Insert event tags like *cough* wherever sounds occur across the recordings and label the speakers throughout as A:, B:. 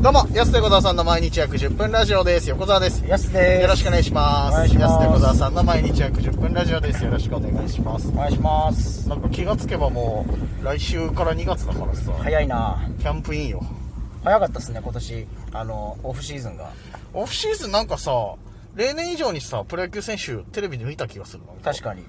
A: どうも、安手小沢さんの毎日約10分ラジオです。横澤です。
B: やすです
A: よろしくお願いします。
B: お願いします
A: 安手小沢さんの毎日約10分ラジオです。よろしくお願いします
B: お。願いします
A: なんか気がつけばもう、来週から2月だからさ、
B: 早いな
A: キャンプインよ。
B: 早かったですね今年あのオフシーズンが
A: オフシーズンなんかさ、例年以上にさ、プロ野球選手テレビで見た気がするの。
B: 確かに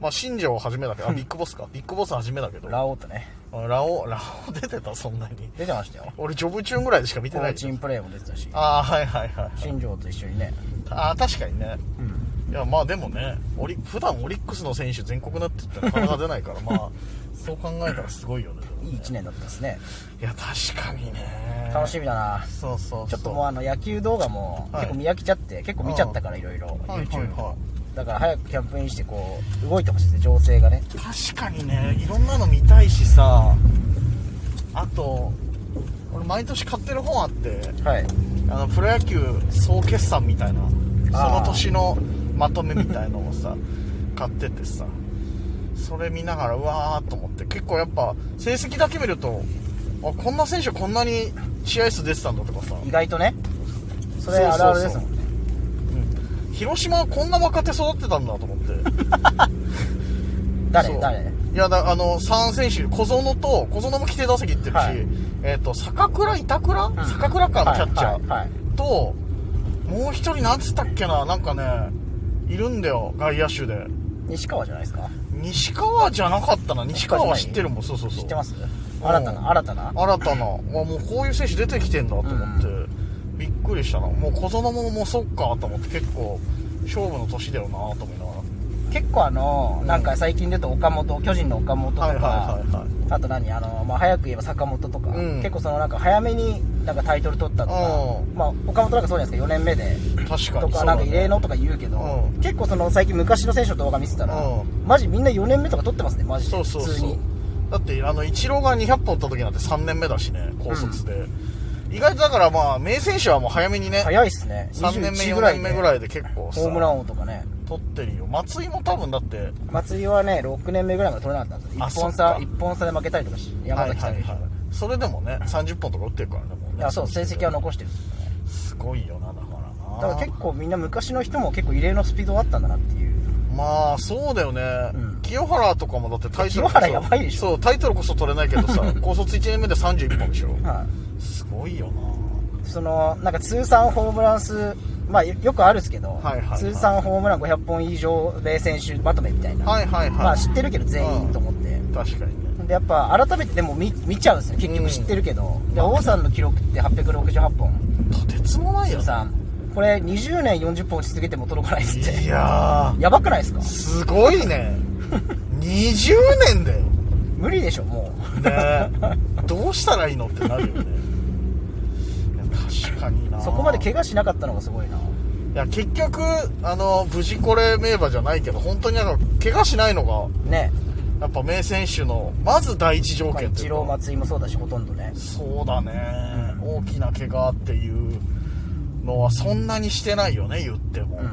A: まあ、新庄はじめだけど、あ、ビッグボスか。ビッグボスはじめだけど。
B: ラオウとね
A: ラオ、ラオ出てた、そんなに。
B: 出てましたよ
A: 俺、ジョブチューンぐらいでしか見
B: コ
A: てな
B: ー
A: い
B: チンプレーも出てたし
A: ああ、はいはいはい。
B: 新庄と一緒にね
A: ああ、確かにね。いや、まあでもね、オリ普段オリックスの選手全国なって言ったらなかなか出ないから、
B: *laughs*
A: まあ、そう考えたらすごいよね。でも
B: いい1年だったですね
A: いや、確かにね。
B: 楽し
A: み。
B: みだな
A: そうそうそう
B: ちょっともうあの野球動画も
A: はい
B: 結構見飽きちゃって結構見ちゃったからいろいろ
A: はいはい
B: YouTube
A: は
B: だから早くキャンプインしてこう動いてほしいですね情勢がね
A: 確かにね、いろんなの見たいしさ、あと、俺毎年買ってる本あって、
B: はい
A: あのプロ野球総決算みたいな
B: あ
A: そ
B: ー
A: の年のまとめみたいのをさ *laughs* 買っててさそれ見ながらうわーっと思って結構やっぱ成績だけ見るとあこんな選手こんなに試合数出てたんだとかさ、
B: 意外とねそれ
A: そうそう
B: あ
A: そ
B: る
A: う
B: あるですもんね
A: うん広島はこんな若手育ってたんだと思ってそ
B: 誰
A: う
B: *laughs* 誰
A: いやだあの3選手小園と小園も規定打席行ってるし、
B: はい
A: えっと坂倉板倉、
B: ん
A: 坂倉かのキャッチャー、
B: はいはいはい
A: ともう一人なんつったっけななんかねいるんだよ外野手で
B: 西川じゃないですか
A: 西川じゃなかったな西川は知ってるもんそうそうそう
B: 知ってます新たな新たな
A: 新たなあもうこういう選手出てきてんだと思って、びっくりしたなもう小園ももうそっかと思って結構勝負の年だよなと思いなが
B: 結構あの
A: ん
B: なんか最近出た岡本巨人の岡本と
A: はいは
B: か
A: いはいはい
B: あと何あの、まあ、早く言えば坂本とか、
A: うん
B: 結構そのなんか早めになんかタイトル取ったとか、
A: うん
B: まあ、岡本なんかそうじゃないですか4年目で
A: ら確か
B: と
A: に
B: かなんか
A: そうだね
B: 異例のとか言うけど
A: うん
B: 結構その最近昔の選手の動画見てたら、
A: うん
B: マジみんな4年目とか取ってますねマジで
A: そうそう
B: 普通
A: そう
B: に
A: だってあのイチローが200本打った時なんて3年目だしね高卒で、意外とだからまあ名選手はもう早めにね
B: 早いっすね
A: 3年目
B: 21
A: 4
B: ぐらい
A: 年
B: で
A: 目ぐらいで結構さ
B: ホームラン王とかね
A: 取ってるよ松井も多分だって
B: 松井はね6年目ぐらいまで取れなかったんですよ
A: あ
B: 1本
A: そっ
B: 差
A: か
B: 一本差で負けたりとかし山崎さんに、
A: いそれでもね30本とか打ってるからねもう
B: い
A: ね
B: やそう成績は残してるんですよね
A: すごいよなだからな
B: だから結構みんな昔の人も結構異例のスピードあったんだなっていう
A: まあそうだよね、
B: うん
A: 清原とかもだってタイトルこそ
B: 清原やばいでしょ
A: そうタイトルこそ取れないけ
B: *laughs*
A: どさ高卒1年目で31本でしょ
B: は
A: すごいよない
B: そのなんか通算ホームラン数まあよよくあるんですけど、
A: はいはいはい
B: 通算ホームラン500本以上米選手まとめみたいな、
A: はいはいはい、
B: まあ知ってるけど全員と思って、
A: 確かにね
B: でやっぱ改めてでも見見ちゃうんですよ結局知ってるけど、で王さんの記録って868本
A: とてつもないよ
B: 通
A: ね
B: 算これ20年40本打ち続けても届かないっすって
A: いや
B: やばくないですか
A: ーすごい
B: *laughs*
A: ね20年だよ
B: 無理でしょも
A: ねどうしたらいいのってなるよねいや確かにな
B: うそこまで怪我しなかったのがすごいない
A: や結局あの無事これ名馬じゃないけど本当になんか怪我しないのが
B: ね
A: やっぱ名選手のまず第一条
B: まあ、
A: 件
B: イ
A: ってい
B: チ
A: うか
B: ロー松井もそうだしほとんどね
A: そうだね、大きな怪我っていうのはそんなにしてないよね言っても、
B: うん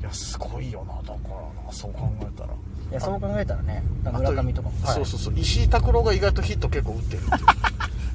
A: いやすごいよなだからなそう考えたら
B: いやそう考えたらねなんか
A: あ
B: 村上とかも、はい
A: そうそうそう石井拓郎が意外とヒット結構打ってるっていう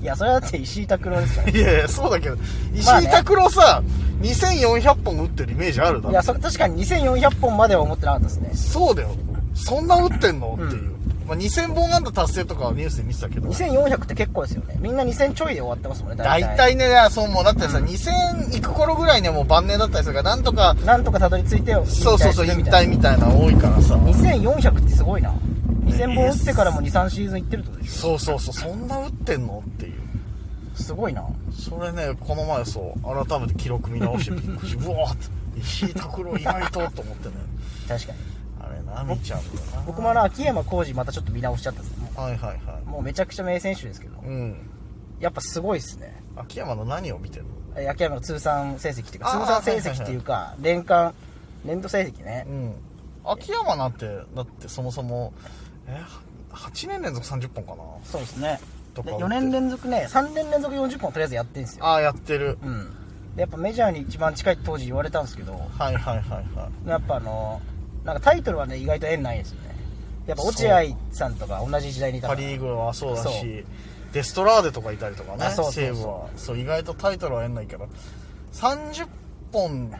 B: いやそれはだって石井拓郎ですから
A: *laughs* いやいや、そうだけど、石
B: まあ
A: 井
B: ね
A: 拓郎さ、2400本打ってるイメージあるだろ
B: いや。それ確かに2400本までは思ってなかったですね
A: そうだよ。そんな打ってんのっていう。まあ、2000本安打達成とかはニュースで見てたけど。
B: 2400って結構ですよねみんな2000ちょいで終わってますもんね
A: 大体ね、いやそうもうだってさ、2000行く頃ぐらいにはもう晩年だったりするから、なんとか、
B: なんとかたどり着いてよ
A: そうそうそう、
B: 引
A: 引
B: 退す
A: 退みたいなの多いからさ。
B: るみたいな2400ってすごいな2000本打ってからも23シーズンいってるってことでし
A: そうそうそう、そんな打ってんのっていう。
B: ょすごいな
A: それね、この前そう、改めて記録見直してびっくりして、うわーって、石井拓郎意外とと思ってね。
B: 確かに
A: あれな、見ちゃうんだよな。
B: 僕もあの秋山浩二またちょっと見直しちゃったんですよも
A: はいはいは
B: うもうめちゃくちゃ名選手ですけど
A: い。うん。
B: やっぱすごいですね
A: 秋山の何を見てるの
B: え秋山の通算成績っていうか
A: あー
B: 通算成績っていうか年間年度成績ね
A: うん秋山なんてだってそもそもえ8年連続30本かな
B: そうですね
A: とか打って
B: 4年連続ね3年連続40本とりあえずやってんですよ
A: ああやってる
B: うんでやっぱメジャーに一番近いって当時言われたんですけど
A: はいはいはいはい
B: やっぱあのなんかタイトルはね意外と縁ないですよねやっぱ落合さんとか同じ時代にいた
A: パ・
B: から
A: リーグはそうだしデストラーデとかいたりとかね
B: あそうそうそう
A: 西武はそう意外とタイトルはやんないけど30本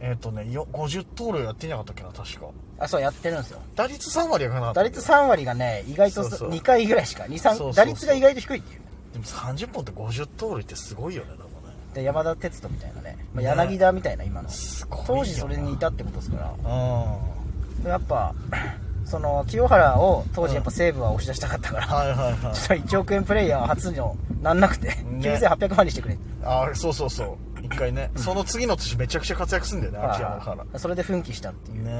A: えっ、とねよ50盗塁やってんじゃなかったっけな確か
B: あそうやってるんですよ
A: 打率3割やかな
B: 打率3割がね意外と
A: そうそう
B: 2回ぐらいしか2
A: そ
B: 3
A: うそうそう
B: 打率が意外と低いっていう
A: でも30本って50盗塁ってすごいよねでもね
B: で山田哲人みたいなね、まあ、
A: ね
B: 柳田みたいな今の
A: すごいよな
B: 当時それにいたってことですから
A: うん
B: やっぱ *clears throat* その清原を当時やっぱ西武は押し出したかったから、
A: はいはいはい
B: そしたら1億円プレイヤー初のなんなくて、9800万にしてくれって
A: ああそうそうそう一回ねその次の年めちゃくちゃ活躍すんだよね秋山から
B: それで奮起したっていう
A: ね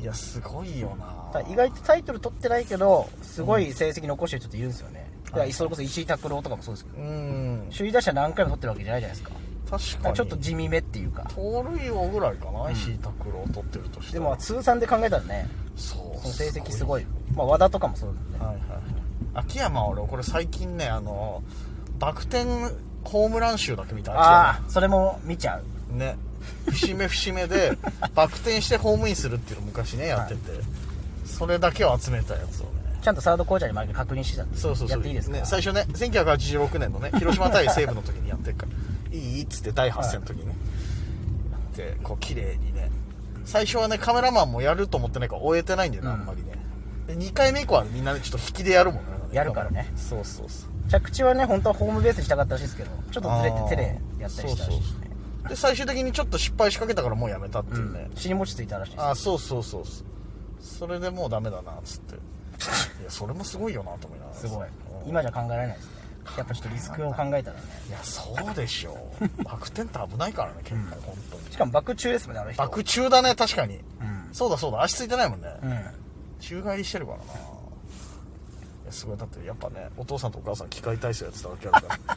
A: えいやすごいよな
B: ただ意外とタイトル取ってないけどすごい成績残してる人っているんですよね、だからそれこそ石井拓郎とかもそうですけど
A: うん
B: 首位打者何回も取ってるわけじゃないじゃないですか
A: 確
B: だか
A: からに
B: ちょっと地味めっていうか
A: 盗塁王ぐらいかな、石井拓郎を取ってるとして
B: でも通算で考えたらね
A: そう
B: その成績すごいまあ、和田とかもそうだ
A: はいはいはい秋山は俺これ最近ねあのバク転ホームラン集だけ見た
B: ああそれも見ちゃう
A: 秋山ね節目節目
B: *laughs*
A: でバク転してホームインするっていうの昔ねやってて、それだけを集めたやつをね
B: ちゃんとサードコーチャーに毎回確認してたんで
A: そうそうそう
B: やっていいですか、
A: ね、最初ね1986年のね広島対西武の時にやってるから
B: *laughs*
A: いいっつって第8戦の時にね、やってこう綺麗にね最初はねカメラマンもやると思ってないから終えてないんだよね、
B: うん
A: あんまりねで2回目以降はみんなねちょっと引きでやるもんね
B: やるからね
A: そうそうそう
B: 着地はね本当はホームベースにしたかったらしいですけどちょっとずれ
A: あー
B: て手でやったりしたらしいですね
A: で最終的にちょっと失敗しかけたからもうやめたっていうね
B: うん、死にもちついたらしいです
A: あそうそうそうそうそれでもうダメだなっつっていやそれもすごいよなと思いながら
B: すごい
A: うん
B: 今じゃ考えられないですねやっぱちょっとリスクを考えたらね
A: いやそうでしょ
B: *laughs*
A: うバク転って危ないからね結構本当に
B: しかもバック中ですもんねあの人
A: バク中だね確かに、
B: ん
A: そうだそうだ足ついてないもんね、
B: うん
A: 宙返りしてるからないやすごいだってやっぱねお父さんとお母さん機械体操やってたわけだから
B: *laughs*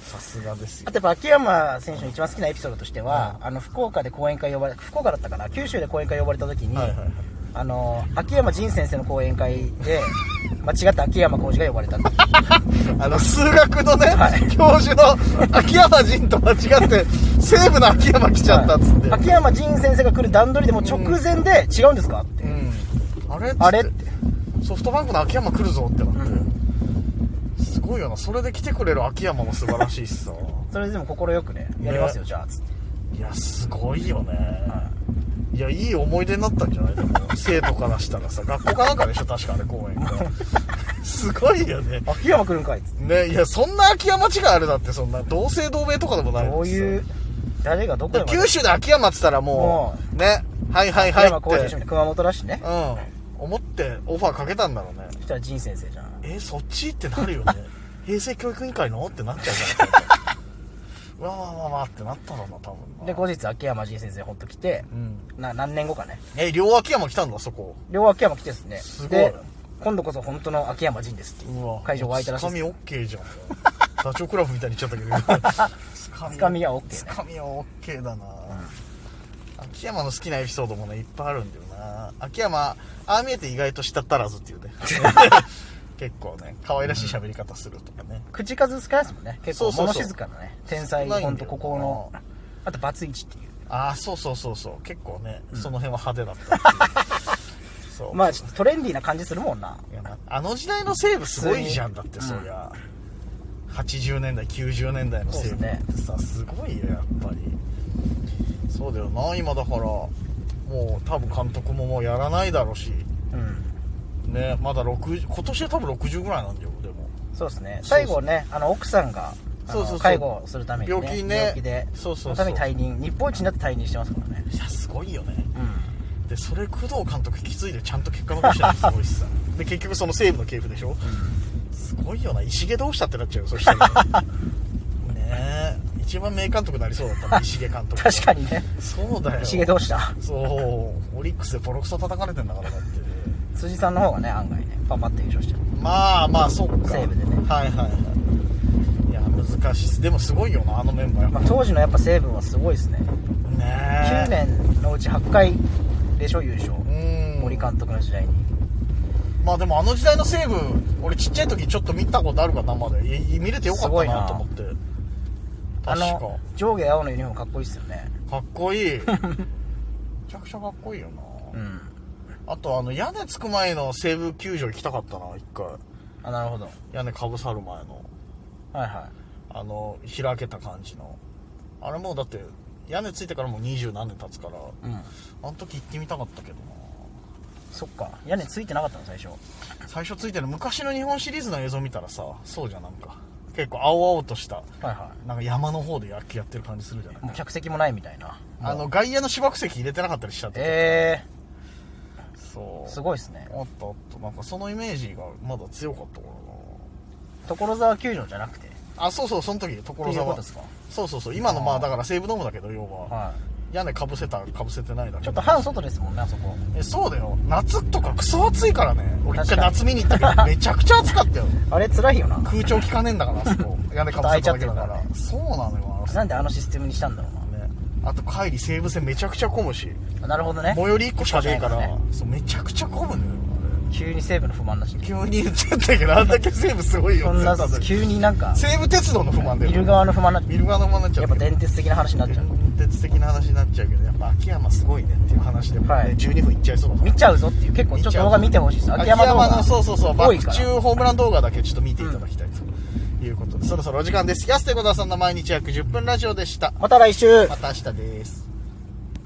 A: さすがですよ
B: あとやっぱ秋山選手の一番好きなエピソードとしては、あの福岡で講演会呼ばれ福岡だったかな九州で講演会呼ばれた時に、
A: はいはいはい
B: あの秋山仁先生の講演会で *laughs* 間違って秋山浩二が呼ばれたっていう
A: あの数学のね、
B: はい
A: 教授
B: *laughs*
A: の秋山仁と間違って西部の秋山来ちゃったっつって、
B: 秋山仁先生が来る段取りでもう直前で違うんですかって、
A: うんあれっつって
B: あれって
A: ソフトバンクの秋山来るぞってなって、すごいよなそれで来てくれる秋山も素晴らしいしさ
B: それでも快くねやりますよ、じゃあつって
A: いやすごいよね、い、やいい思い出になったんじゃないでも生徒からしたらさ学校かなんかでしょ確かあれ公
B: *laughs*
A: 園がすごいよね
B: 秋山来るんかいっつって
A: ねいやそんな秋山違いあれだってそんな同姓同名とかでもない
B: どう
A: う
B: いう誰がどこで
A: 九州で秋山っつったらもうねはいはい
B: 秋
A: はい
B: 山浩二で
A: っ
B: してょ熊本だしね
A: うん思ってオファーかけたんだろうね
B: そしたら仁先生じゃん
A: えそっちってなるよ
B: *laughs*
A: ね平成教育委員会のってなっちゃうからうわわわわってなったろうな多分な
B: で後日秋山仁先生ほんと来て、
A: うん
B: な何年後かね
A: え両秋山来たんだそこ
B: 両秋山来てですね
A: すごい
B: で今度こそ本当の秋山仁ですっていうう
A: わ
B: 会場沸いたらしい
A: つ
B: で
A: か
B: す
A: み OK *laughs* じゃんダチョウ倶楽部みたいに言っちゃったけどつか
B: つかみは OK ね
A: つかみは OK だな、秋山の好きなエピソードもねいっぱいあるんだよな秋山ああ見えて意外としたったらずっていう *laughs* ね結構ね可愛らしい喋り方するとかね、
B: 口数少ないですもんね結
A: そう
B: 構
A: そうそう
B: 物静かなね天才
A: 少ないんだよ
B: ほんとここのあとバツイチっていう
A: ああそうそうそうそう結構ね、その辺は派手だったって *laughs* いうそう、
B: まあちょっとトレンディーな感じするもんない
A: やなあの時代の西武すごいじゃんだって
B: 普通
A: そ
B: に
A: りゃ、80年代90年代の西武ってさ、すごいよやっぱりそうだよな今だからもう多分監督ももうやらないだろうし
B: うん
A: ねまだ60今年は多分60ぐらいなんだよでも
B: そうですね最後ねあの奥さんがあの
A: そうそうそう
B: 介護するために、ね、
A: 病気ね
B: 病気で
A: そうそうそう
B: のために退任日本一になって退任してますからね
A: いやすごいよね
B: うん
A: でそれ工藤監督引き継いでちゃんと結果残してるのすごいし *laughs* さで結局その西武の系譜でしょ、すごいよな石毛どうしたってなっちゃうよそしたら *laughs* ねえ一番名監督になりそうだ *laughs* ったもん石毛監督
B: 確かにね
A: そうだよ
B: 石毛どうした
A: そうオリックスでボロクソ叩かれてんだからだって
B: 辻さんの方がね案外ねパパって優勝してる
A: まあまあそっか
B: 西武でね
A: はいはいはいいや難しいっすでもすごいよなあのメンバーやっぱ
B: まあ、当時のやっぱ西武はすごいですね、9
A: ね
B: 年のうち8回でしょ優勝、
A: えうん
B: 森監督の時代に
A: まあでもあの時代の西武俺ちっちゃい時ちょっと見たことあるから生でい見れてよかっ
B: す
A: た
B: ごい
A: な
B: な
A: と思って
B: あ
A: 確か
B: の上下青のユニフォームかっこいいっすよね
A: かっこいいめちゃくちゃかっこいいよな、
B: うん
A: あとあの屋根つく前の西武球場行きたかったな一回
B: あなるほど
A: 屋根かぶさる前の
B: はいは
A: あの開けた感じのあれもうだって屋根ついてからもう二十何年経つから
B: いうん
A: あの時行ってみたかったけど
B: そっか屋根ついてなかったの最初
A: な最初ついてる昔の日本シリーズの映像見たらさそうじゃんなんか結構青々とした
B: はいは
A: なんか山の方で野球やってる感じするじゃない
B: もう客席もないみたいな
A: あの外野の芝生席入れてなかったりした時
B: え
A: そう
B: ー、すごいですね
A: あったあったなんかそのイメージがまだ強かったから
B: 所沢球場じゃなくてっ
A: なあそうそうその時
B: て
A: 所
B: いうこと
A: 沢
B: ですか
A: そうそうそう今のま
B: あ
A: あ
B: ー
A: だから西武ドームだけど要は
B: は
A: 屋根かぶせたかぶせてないだ
B: い
A: け
B: ちょっと半外ですもんねあそこ
A: えそうだよ夏とかクソ暑いからね俺一
B: 確
A: 回
B: かに
A: 夏見に行ったけどめちゃくちゃ暑かったよ
B: あれ辛いよな
A: 空調効かねえんだからあそ
B: *laughs*
A: こ屋根かぶせただけだから
B: ちょっと開いちゃってるからね
A: そうなのよあそ
B: なんであのシステムにしたんだろう
A: こねあと帰り西武線めちゃくちゃ混むし
B: ななるほどね
A: 最寄り1個しかねえから
B: そうです
A: そうめちゃくちゃ混むのよ
B: 急に西武の不満だし
A: 急に言っちゃったけどあんだけ西武すごいよ
B: そ
A: って言
B: んな
A: ったのに
B: 急になんか
A: 西武鉄道の不満だよ
B: 見る側の不満になっちゃ
A: 見る側の不満になっち
B: う
A: ゃ
B: や
A: う
B: っぱ電鉄的な話になっちゃう
A: 運鉄的な話になっちゃうけどやっぱ秋山すごいねっていう話でも、ね
B: はい
A: 12分いっちゃいそうだから
B: 見ちゃうぞっていう結構ちょっと動画見てほしいです
A: 秋
B: 秋
A: 山
B: 山
A: の
B: 動画
A: そうそうそうバ
B: 多い
A: ック
B: から
A: 中ホームラン動画だけちょっと見ていただきたいということで、そろそろお時間です安手小田さんの毎日約10分ラジオでした
B: また来週
A: また明日です